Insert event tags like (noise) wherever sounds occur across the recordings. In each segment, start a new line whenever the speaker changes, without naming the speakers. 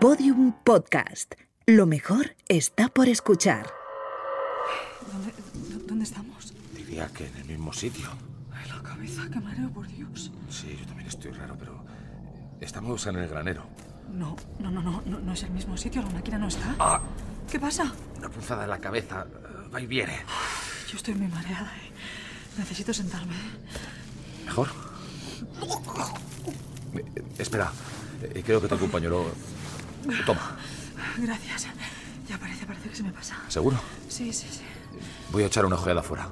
Podium Podcast. Lo mejor está por escuchar.
¿Dónde, dónde estamos?
Diría que en el mismo sitio.
Ay, la cabeza, qué mareo, por Dios.
Sí, yo también estoy raro, pero estamos en el granero.
No, no, no, no, no, no es el mismo sitio, la máquina no está.
¡Ah!
¿Qué pasa?
Una punzada en la cabeza. eh, Va y viene.
Yo estoy muy mareada. eh. Necesito sentarme. eh.
¿Mejor? Eh, espera, eh, creo que tengo un pañuelo. Toma,
Gracias. Ya parece, parece que se me pasa.
¿seguro?
Sí, sí, sí.
Voy a echar una ojeada fuera.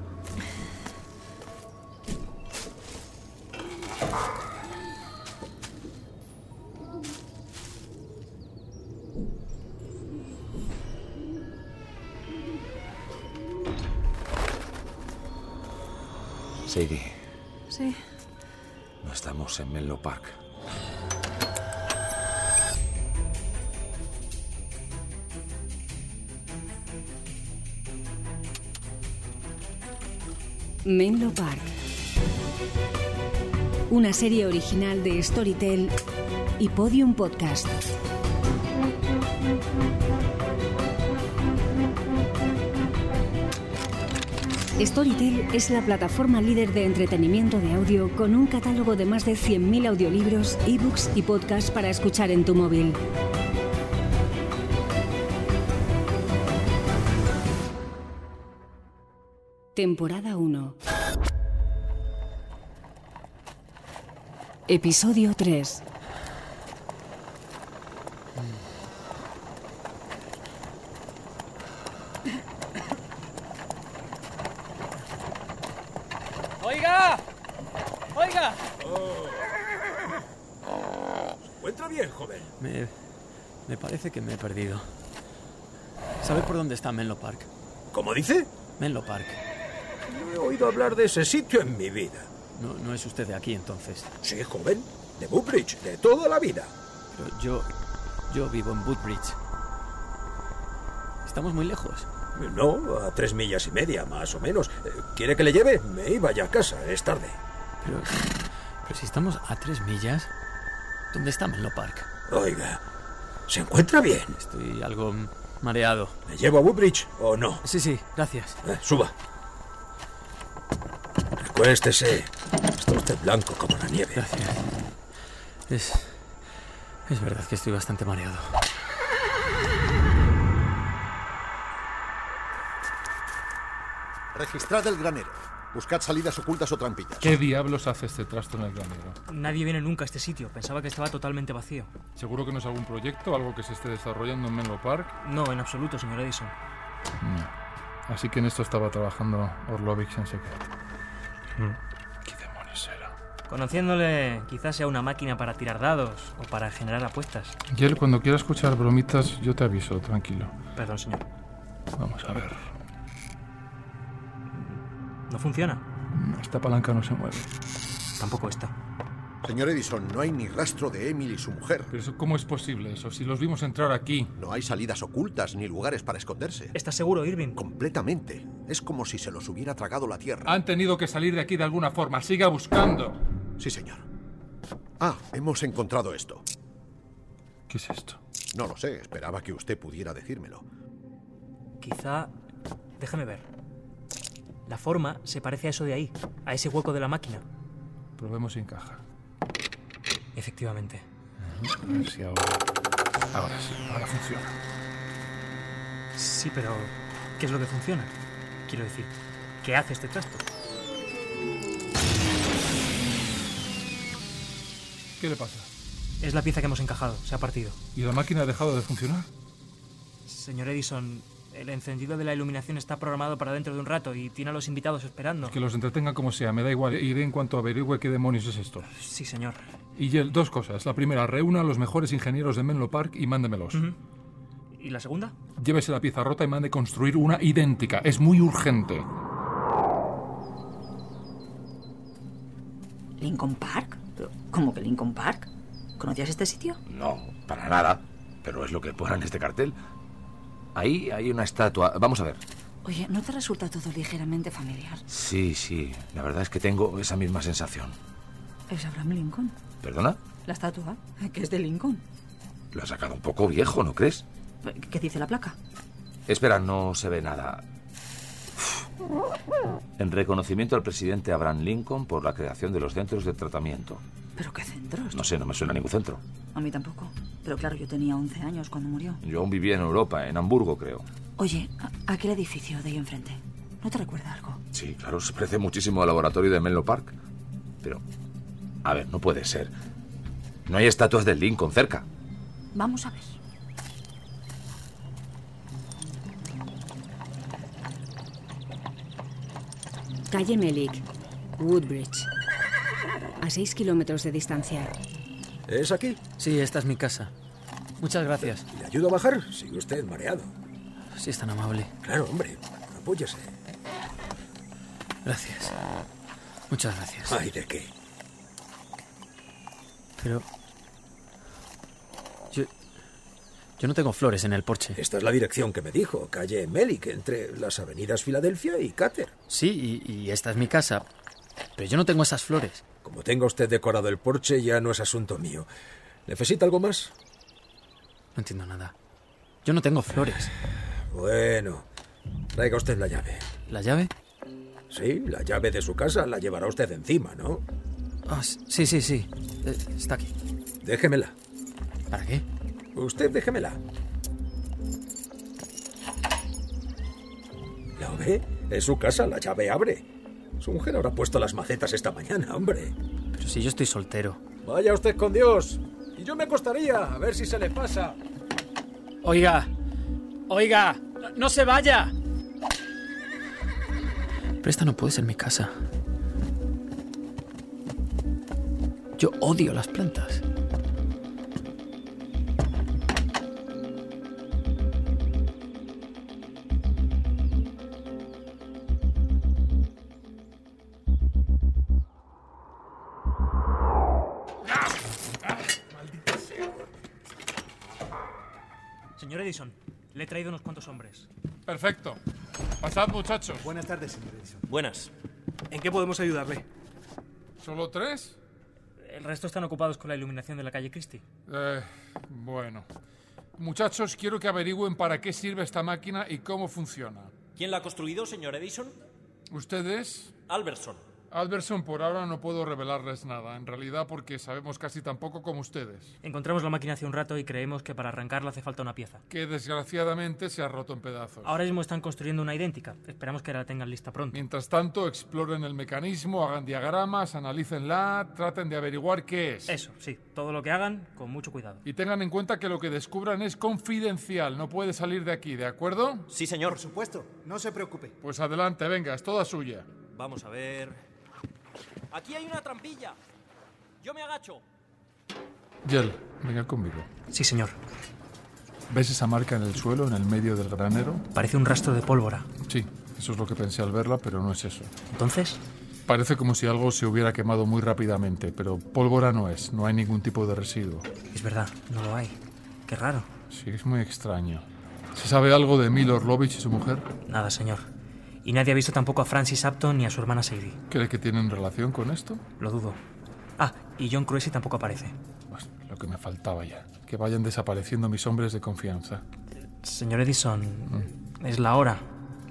Sadie,
Sí.
no estamos en Menlo Park.
Menlo Park. Una serie original de Storytel y Podium Podcast. Storytel es la plataforma líder de entretenimiento de audio con un catálogo de más de 100.000 audiolibros, ebooks y podcasts para escuchar en tu móvil. Temporada 1. Episodio 3.
¡Oiga! ¡Oiga!
¿Encuentra bien, joven?
Me, me parece que me he perdido. ¿Sabe por dónde está Menlo Park?
¿Cómo dice?
Menlo Park.
No he oído hablar de ese sitio en mi vida.
No, no es usted de aquí entonces.
Sí, joven. De Woodbridge, de toda la vida.
Pero yo. Yo vivo en Woodbridge. Estamos muy lejos.
No, a tres millas y media, más o menos. Eh, ¿Quiere que le lleve? Me iba ya a casa, es tarde.
Pero. Pero si estamos a tres millas. ¿Dónde está Menlo Park?
Oiga, ¿se encuentra bien?
Estoy algo mareado.
¿Le llevo a Woodbridge o no?
Sí, sí, gracias.
Eh, suba. Recuéstese. Está usted blanco como la nieve.
Gracias. Es. Es verdad que estoy bastante mareado.
Registrad el granero. Buscad salidas ocultas o trampillas.
¿Qué diablos hace este trasto en el granero?
Nadie viene nunca a este sitio. Pensaba que estaba totalmente vacío.
¿Seguro que no es algún proyecto, algo que se esté desarrollando en Menlo Park?
No, en absoluto, señor Edison.
Así que en esto estaba trabajando Orlovich en secreto. ¿Qué demonios era?
Conociéndole, quizás sea una máquina para tirar dados o para generar apuestas.
Y él, cuando quiera escuchar bromitas, yo te aviso, tranquilo.
Perdón, señor.
Vamos a ver.
No funciona.
Esta palanca no se mueve.
Tampoco esta.
Señor Edison, no hay ni rastro de Emily y su mujer.
Pero eso, ¿cómo es posible eso? Si los vimos entrar aquí.
No hay salidas ocultas ni lugares para esconderse.
¿Estás seguro, Irving?
Completamente. Es como si se los hubiera tragado la tierra.
Han tenido que salir de aquí de alguna forma. Siga buscando.
Sí, señor. Ah, hemos encontrado esto.
¿Qué es esto?
No lo sé, esperaba que usted pudiera decírmelo.
Quizá... Déjame ver. La forma se parece a eso de ahí, a ese hueco de la máquina.
Probemos sin caja.
Efectivamente.
A ver si ahora. Ahora sí, ahora funciona.
Sí, pero... ¿Qué es lo que funciona? Quiero decir, ¿qué hace este trasto?
¿Qué le pasa?
Es la pieza que hemos encajado. Se ha partido.
¿Y la máquina ha dejado de funcionar?
Señor Edison, el encendido de la iluminación está programado para dentro de un rato y tiene a los invitados esperando.
Que los entretengan como sea, me da igual. Iré en cuanto averigüe qué demonios es esto.
Sí, señor.
Y Yel, dos cosas. La primera, reúna a los mejores ingenieros de Menlo Park y mándemelos.
¿Y la segunda?
Llévese la pieza rota y mande construir una idéntica. Es muy urgente.
¿Lincoln Park? ¿Pero ¿Cómo que Lincoln Park? ¿Conocías este sitio?
No, para nada. Pero es lo que pone en este cartel. Ahí hay una estatua. Vamos a ver.
Oye, ¿no te resulta todo ligeramente familiar?
Sí, sí. La verdad es que tengo esa misma sensación.
Es Abraham Lincoln, eh,
¿Perdona?
la estatua, que es de Lincoln.
Lo ha sacado un poco viejo, ¿no crees?
¿Qué dice la placa?
Espera, no se ve nada. En reconocimiento al presidente Abraham Lincoln por la creación de los centros de tratamiento. Pues
¿Pero qué centros?
No sé, no me suena a ningún centro.
A mí tampoco. Pero claro, yo tenía 11 años cuando murió.
Yo aún vivía en Europa, en Hamburgo, creo.
Oye, a- aquel edificio de ahí enfrente, ¿no te recuerda algo?
Sí, claro, se parece muchísimo al laboratorio de Menlo Park. Pero, a ver, no puede ser. No hay estatuas del Lincoln cerca.
Vamos a ver.
Calle Melick, Woodbridge. A 6 kilómetros de distancia.
¿Es aquí?
Sí, esta es mi casa. Muchas gracias,
¿Le ayudo a bajar? Sigue usted mareado.
si es tan amable.
Claro, hombre. Apóyese.
Gracias. Muchas gracias.
Ay, ¿de qué?
Pero... Yo... Yo no tengo flores en el porche.
Esta es la dirección que me dijo, calle Melick, entre las avenidas Filadelfia y Cáter.
Sí, y, y esta es mi casa. Pero yo no tengo esas flores.
Como tenga usted decorado el porche, ya no es asunto mío. ¿Necesita algo más?
No entiendo nada. Yo no tengo flores.
Bueno, traiga usted la llave.
¿La llave?
Sí, la llave de su casa la llevará usted encima, ¿no?
Ah, s- sí, sí, sí. Eh, está aquí.
Déjemela.
¿Para qué?
Usted déjemela. ¿Lo ve? Es su casa, la llave abre. Su mujer habrá puesto las macetas esta mañana, hombre.
Pero si yo estoy soltero.
Vaya usted con Dios. Y yo me acostaría, a ver si se le pasa.
Oiga, oiga, no- no se vaya. Pero esta no puede ser mi casa. Yo odio las plantas.
Señor Edison, le he traído unos cuantos hombres.
Perfecto. Pasad, muchachos.
Buenas tardes, señor Edison.
Buenas. ¿En qué podemos ayudarle?
¿Solo tres?
El resto están ocupados con la iluminación de la calle Christie.
Eh, bueno. Muchachos, quiero que averigüen para qué sirve esta máquina y cómo funciona.
¿Quién la ha construido, señor Edison?
Ustedes,
Alberson.
Alberson, por ahora no puedo revelarles nada, en realidad porque sabemos casi tan poco como ustedes,
Encontramos la máquina hace un rato y creemos que para arrancarla hace falta una pieza.
que desgraciadamente se ha roto en pedazos.
Ahora mismo están construyendo una idéntica. Esperamos que la tengan lista pronto.
Mientras tanto, exploren el mecanismo, hagan diagramas, analícenla, traten de averiguar qué es.
Eso, sí. Todo lo que hagan, con mucho cuidado.
Y tengan en cuenta que lo que descubran es confidencial, no puede salir de aquí, ¿de acuerdo?
Sí, señor.
Por supuesto, no se preocupe.
Pues adelante, venga, es toda suya.
Vamos a ver. Aquí hay una trampilla. Yo me agacho.
Yel, venga conmigo.
Sí, señor.
¿Ves esa marca en el suelo, en el medio del granero?
Parece un rastro de pólvora.
Sí, eso es lo que pensé al verla, pero no es eso.
Entonces,
Parece como si algo se hubiera quemado muy rápidamente, pero pólvora no es, no hay ningún tipo de residuo.
es verdad, no lo hay. Qué raro.
Sí, es muy extraño. ¿Se sabe algo de Emil Orlovich y su mujer?
Nada, señor. Y nadie ha visto tampoco a Francis Upton ni a su hermana Sadie.
¿Cree que tienen relación con esto?
Lo dudo. Ah, y John Cruesi tampoco aparece.
Pues, lo que me faltaba ya, que vayan desapareciendo mis hombres de confianza.
Señor Edison, es la hora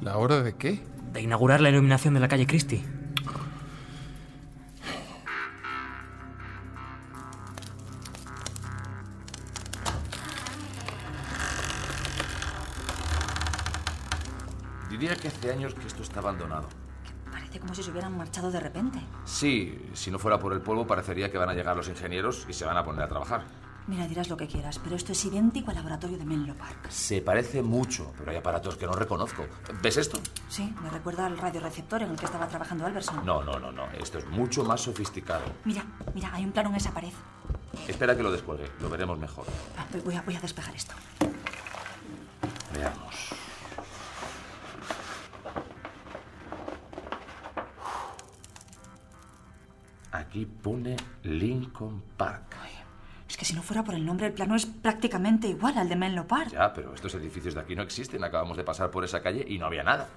¿La hora de qué?
de inaugurar la iluminación de la calle Christie.
Diría que hace años que esto está abandonado.
Parece como si se hubieran marchado de repente.
Sí, si no fuera por el polvo parecería que van a llegar los ingenieros y se van a poner a trabajar.
Mira, dirás lo que quieras, pero esto es idéntico al laboratorio de Menlo Park.
Se parece mucho, pero hay aparatos que no reconozco. ¿Ves esto?
Sí, me recuerda al radioreceptor en el que estaba trabajando Alberson.
No, no, no, no. Esto es mucho más sofisticado.
Mira, mira, hay un plano en esa pared.
Espera que lo descuelgue, lo veremos mejor.
Ah, voy- Voy a, voy a despejar esto.
Veamos. Aquí pone Lincoln Park.
Es que si no fuera por el nombre, el plano es prácticamente igual al de Menlo Park.
Ya, pero estos edificios de aquí no existen. Acabamos de pasar por esa calle y no había nada.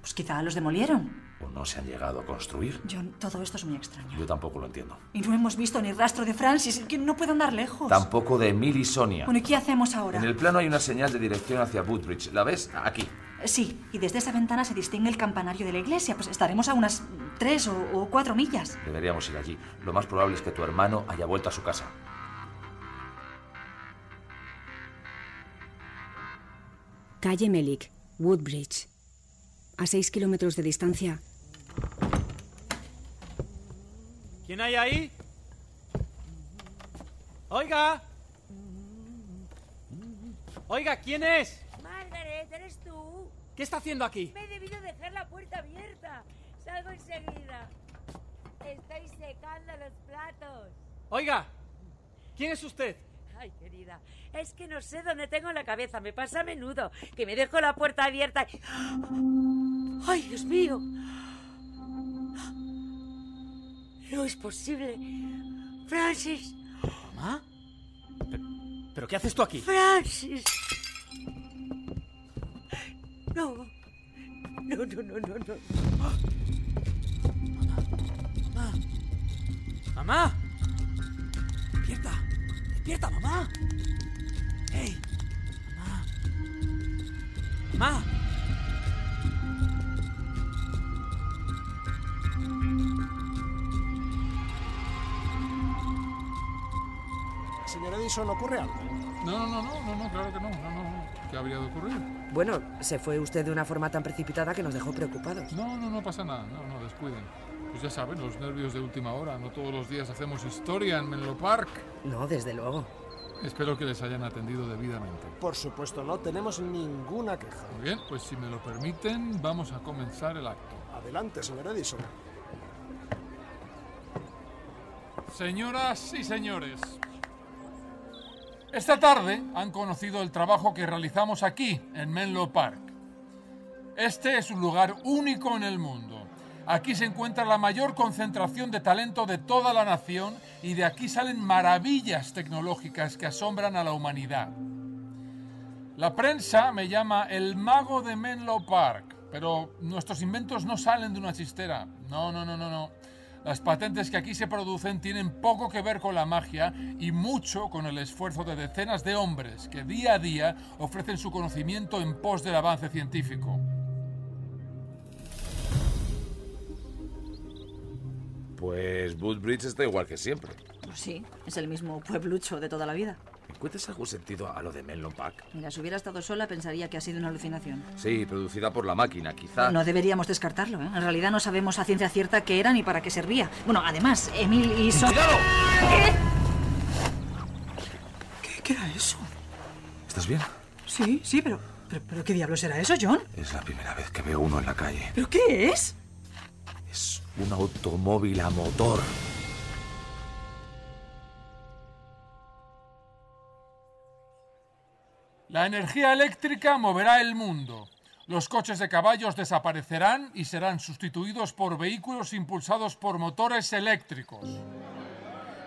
Pues quizá los demolieron.
¿O no se han llegado a construir?
John, todo esto es muy extraño.
Yo tampoco lo entiendo.
Y no hemos visto ni rastro de Francis, que no puede andar lejos.
Tampoco de Emily y Sonia.
Bueno, ¿y qué hacemos ahora?
En el plano hay una señal de dirección hacia Woodbridge. ¿La ves? Ah, Aquí.
Eh, Sí, y desde esa ventana se distingue el campanario de la iglesia. Pues estaremos a unas tres o, o cuatro millas.
Deberíamos ir allí. Lo más probable es que tu hermano haya vuelto a su casa.
Calle Melick, Woodbridge. A seis kilómetros de distancia.
¿Quién hay ahí? Oiga. Oiga, ¿quién es?
Margaret, ¿eres tú?
¿Qué está haciendo aquí?
Me he debido dejar la puerta abierta. Salgo enseguida. Estoy secando los platos.
Oiga, ¿quién es usted?
Ay, querida, es que no sé dónde tengo la cabeza. Me pasa a menudo que me dejo la puerta abierta. y- ¡Ay, Dios mío! No es posible. Francis,
¿Mamá? ¿Pero, pero qué haces tú aquí?
Francis. No. No, no, no, no, no.
¡Mamá! ¡Despierta! ¡Despierta, mamá! ¡Ey! ¡Mamá! ¡Mamá!
Señor Edison, ¿ocurre algo?
No, no, no, no, no, claro que no, no, no, no. ¿Qué habría de ocurrir?
Bueno, se fue usted de una forma tan precipitada que nos dejó preocupados.
No, no, no pasa nada, no, no, descuiden. Pues ya saben, los nervios de última hora, no todos los días hacemos historia en Menlo Park.
No, desde luego.
Espero que les hayan atendido debidamente.
Por supuesto, no tenemos ninguna queja.
Muy bien, pues si me lo permiten, vamos a comenzar el acto.
Adelante, señor Edison.
Señoras y señores, esta tarde han conocido el trabajo que realizamos aquí, en Menlo Park. Este es un lugar único en el mundo. Aquí se encuentra la mayor concentración de talento de toda la nación y de aquí salen maravillas tecnológicas que asombran a la humanidad. La prensa me llama el mago de Menlo Park, pero nuestros inventos no salen de una chistera. No, no, no, no, no. Las patentes que aquí se producen tienen poco que ver con la magia y mucho con el esfuerzo de decenas de hombres que día a día ofrecen su conocimiento en pos del avance científico.
Pues Woodbridge está igual que siempre.
Pues sí, es el mismo pueblucho de toda la vida.
¿Encuentras algún sentido a lo de Menlo Park?
Mira, si hubiera estado sola pensaría que ha sido una alucinación.
Sí, producida por la máquina, quizá.
No deberíamos descartarlo, ¿eh? En realidad no sabemos a ciencia cierta qué era ni para qué servía. Bueno, además, Emil y Son...
¿Qué, qué era eso?
¿Estás bien?
Sí, sí, pero, pero... pero qué diablos era eso, John?
Es la primera vez que veo uno en la calle.
¿Pero qué es?
Un automóvil a motor.
La energía eléctrica moverá el mundo. Los coches de caballos desaparecerán y serán sustituidos por vehículos impulsados por motores eléctricos.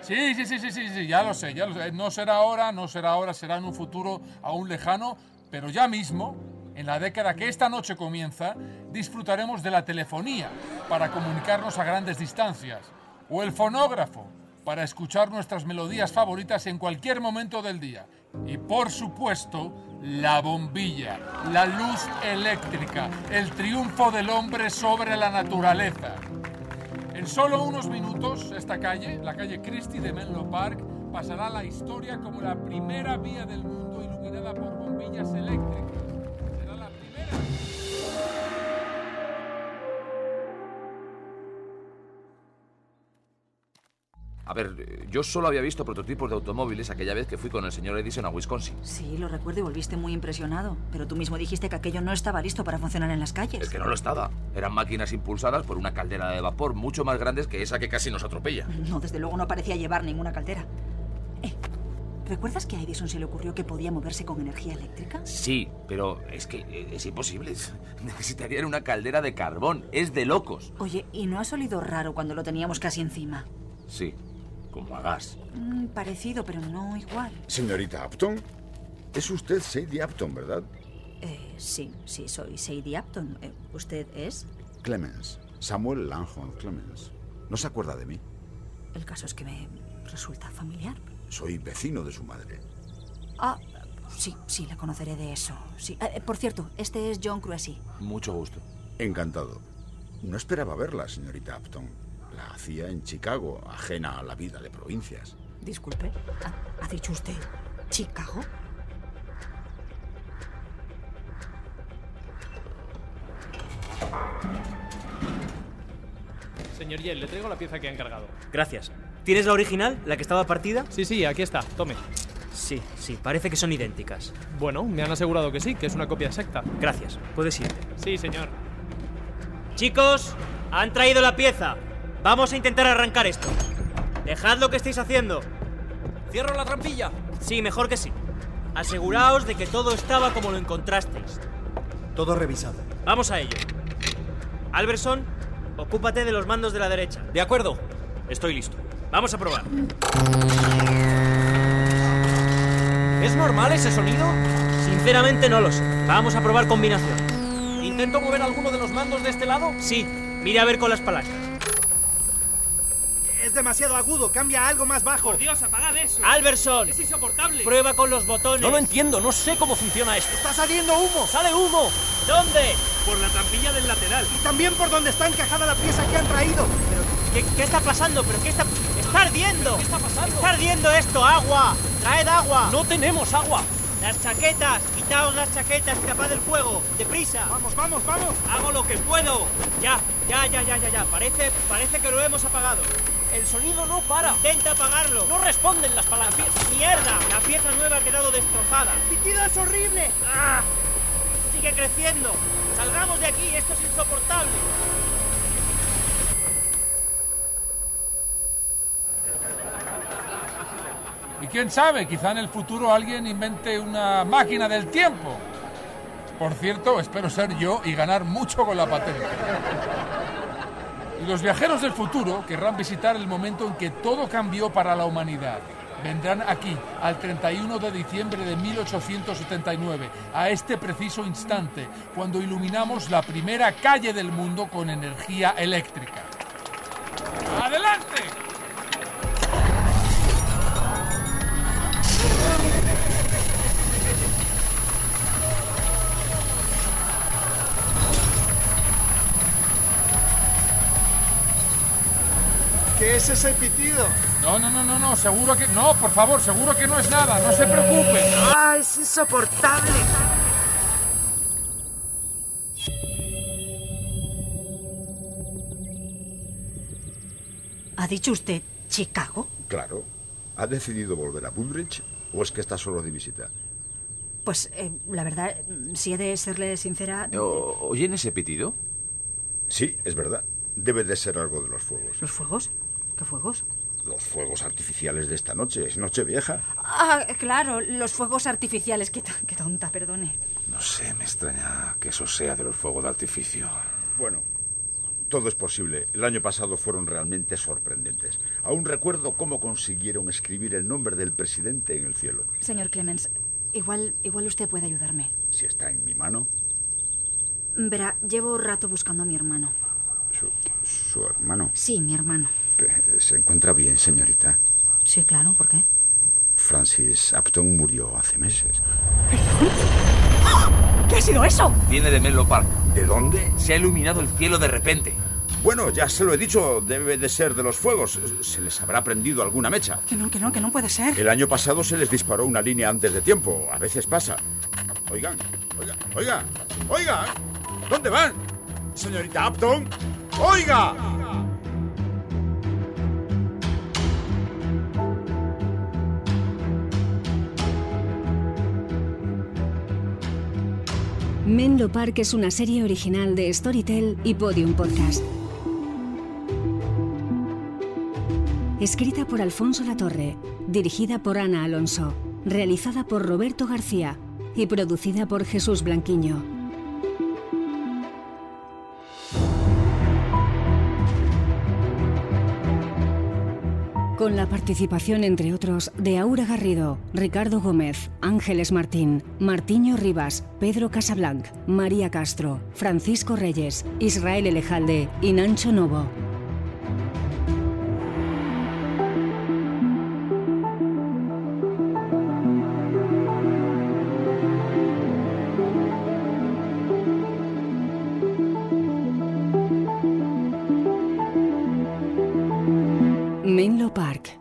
Sí, sí, sí, sí, sí, sí, ya lo sé, ya lo sé. No será ahora, no será ahora, será en un futuro aún lejano, pero ya mismo, en la década que esta noche comienza, disfrutaremos de la telefonía para comunicarnos a grandes distancias, o el fonógrafo para escuchar nuestras melodías favoritas en cualquier momento del día. Y por supuesto, la bombilla, la luz eléctrica, el triunfo del hombre sobre la naturaleza. En solo unos minutos, esta calle, la calle Christie de Menlo Park, pasará a la historia como la primera vía del mundo iluminada por bombillas eléctricas. Será la primera.
A ver, eh, yo solo había visto prototipos de automóviles aquella vez que fui con el señor Edison a Wisconsin.
Sí, lo recuerdo y volviste muy impresionado. Pero tú mismo dijiste que aquello no estaba listo para funcionar en las calles.
Es que no lo estaba. Eran máquinas impulsadas por una caldera de vapor mucho más grandes que esa que casi nos atropella.
No, desde luego no parecía llevar ninguna caldera. Eh, ¿recuerdas que a Edison se le ocurrió que podía moverse con energía eléctrica?
Sí, pero es que eh, es imposible. (laughs) Necesitarían una caldera de carbón. Es de locos.
Oye, ¿y no ha olido raro cuando lo teníamos casi encima?
Sí, como a gas.
Mm, parecido, pero no igual.
Señorita Upton, es usted Sadie Upton, ¿verdad?
Eh, sí, sí, soy Sadie Apton. Eh, ¿Usted es?
Clemens. Samuel Langhorne Clemens. ¿No se acuerda de mí?
El caso es que me resulta familiar.
Soy vecino de su madre.
Ah, sí, sí, le conoceré de eso. Sí. Eh, por cierto, este es John Cruessy.
Mucho gusto.
Encantado. No esperaba verla, señorita Upton. La hacía en Chicago, ajena a la vida de provincias.
Disculpe, Ah, ¿ha, ha dicho usted Chicago?
Señor Yell, le traigo la pieza que ha encargado.
Gracias. ¿Tienes la original? ¿La que estaba partida?
Sí, sí, aquí está. Tome.
Sí, sí, parece que son idénticas.
Bueno, me han asegurado que sí, que es una copia exacta.
Gracias. Puedes irte.
Sí, señor.
Chicos, han traído la pieza. Vamos a intentar arrancar esto. Dejad lo que estáis haciendo.
¿Cierro la trampilla?
Sí, mejor que sí. Aseguraos de que todo estaba como lo encontrasteis.
Todo revisado.
Vamos a ello. Alberson, ocúpate de los mandos de la derecha.
De acuerdo. Estoy listo.
Vamos a probar.
¿Es normal ese sonido?
Sinceramente no lo sé. Vamos a probar combinación.
¿Intento mover alguno de los mandos de este lado?
Sí. Mira a ver con las palancas.
Es demasiado agudo. Cambia a algo más bajo.
Por Dios, apagad eso.
Alberson.
Es insoportable.
Prueba con los botones.
No lo entiendo. No sé cómo funciona esto.
Está saliendo humo.
Sale humo.
¿Dónde?
Por la trampilla del lateral.
Y también por donde está encajada la pieza que han traído.
Pero, ¿qué, qué está pasando? ¿Pero qué está...? ¡Está ardiendo!
¿Qué está pasando?
¡Está ardiendo esto! ¡Agua! ¡Traed agua!
¡No tenemos agua!
¡Las chaquetas! ¡Quitaos las chaquetas! ¡Tapad el fuego! ¡Deprisa!
¡Vamos, vamos, vamos!
¡Hago lo que puedo! ¡Ya, ya, ya, ya, ya! ya. Parece, parece que lo hemos apagado.
El sonido no para.
Intenta apagarlo.
No responden las palancas.
¡Mierda! La pieza nueva ha quedado destrozada.
¡El pitido es horrible!
¡Ah! ¡Sigue creciendo! ¡Salgamos de aquí! ¡Esto es insoportable!
Y quién sabe, quizá en el futuro alguien invente una máquina del tiempo. Por cierto, espero ser yo y ganar mucho con la patente. Y los viajeros del futuro querrán visitar el momento en que todo cambió para la humanidad. Vendrán aquí, al 31 de diciembre de 1879, a este preciso instante, cuando iluminamos la primera calle del mundo con energía eléctrica. ¡Adelante!
¿Qué es ese pitido?
No, no, no, no, no, seguro que. No, por favor, seguro que no es nada, no se preocupe.
¡Ah, es insoportable!
¿Ha dicho usted Chicago?
Claro. ¿Ha decidido volver a Woodbridge o es que está solo de visita?
Pues eh, la verdad, si he de serle sincera.
O- ¿Oyen ese pitido?
Sí, es verdad. Debe de ser algo de los fuegos.
¿Los fuegos? ¿Qué fuegos?
Los fuegos artificiales de esta noche. Es noche vieja.
Ah, claro, los fuegos artificiales. Qué, t- qué tonta, perdone.
No sé, me extraña que eso sea de los fuegos de artificio.
Bueno, todo es posible. El año pasado fueron realmente sorprendentes. Aún recuerdo cómo consiguieron escribir el nombre del presidente en el cielo.
Señor Clemens, igual, igual usted puede ayudarme.
Si está en mi mano,
Verá, llevo rato buscando a mi hermano.
su, su hermano.
Sí, mi hermano.
Eh, Se encuentra bien, señorita.
Sí, claro, ¿por qué?
Francis Upton murió hace meses.
¡Ah! ¿Qué ha sido eso?
Viene de Menlo Park.
¿De dónde?
Se ha iluminado el cielo de repente.
Bueno, ya se lo he dicho, debe de ser de los fuegos. Se les habrá prendido alguna mecha.
Que no, que no, que no puede ser.
El año pasado se les disparó una línea antes de tiempo. A veces pasa. Oigan, oigan, oigan, oigan. ¿Dónde van? Señorita Upton. Oiga.
Menlo Park es una serie original de Storytel y Podium Podcast. Escrita por Alfonso Latorre, dirigida por Ana Alonso, realizada por Roberto García y producida por Jesús Blanquiño. con la participación, entre otros, de Aura Garrido, Ricardo Gómez, Ángeles Martín, Martiño Rivas, Pedro Casablanc, María Castro, Francisco Reyes, Israel Elejalde y Nancho Novo. Menlo Park,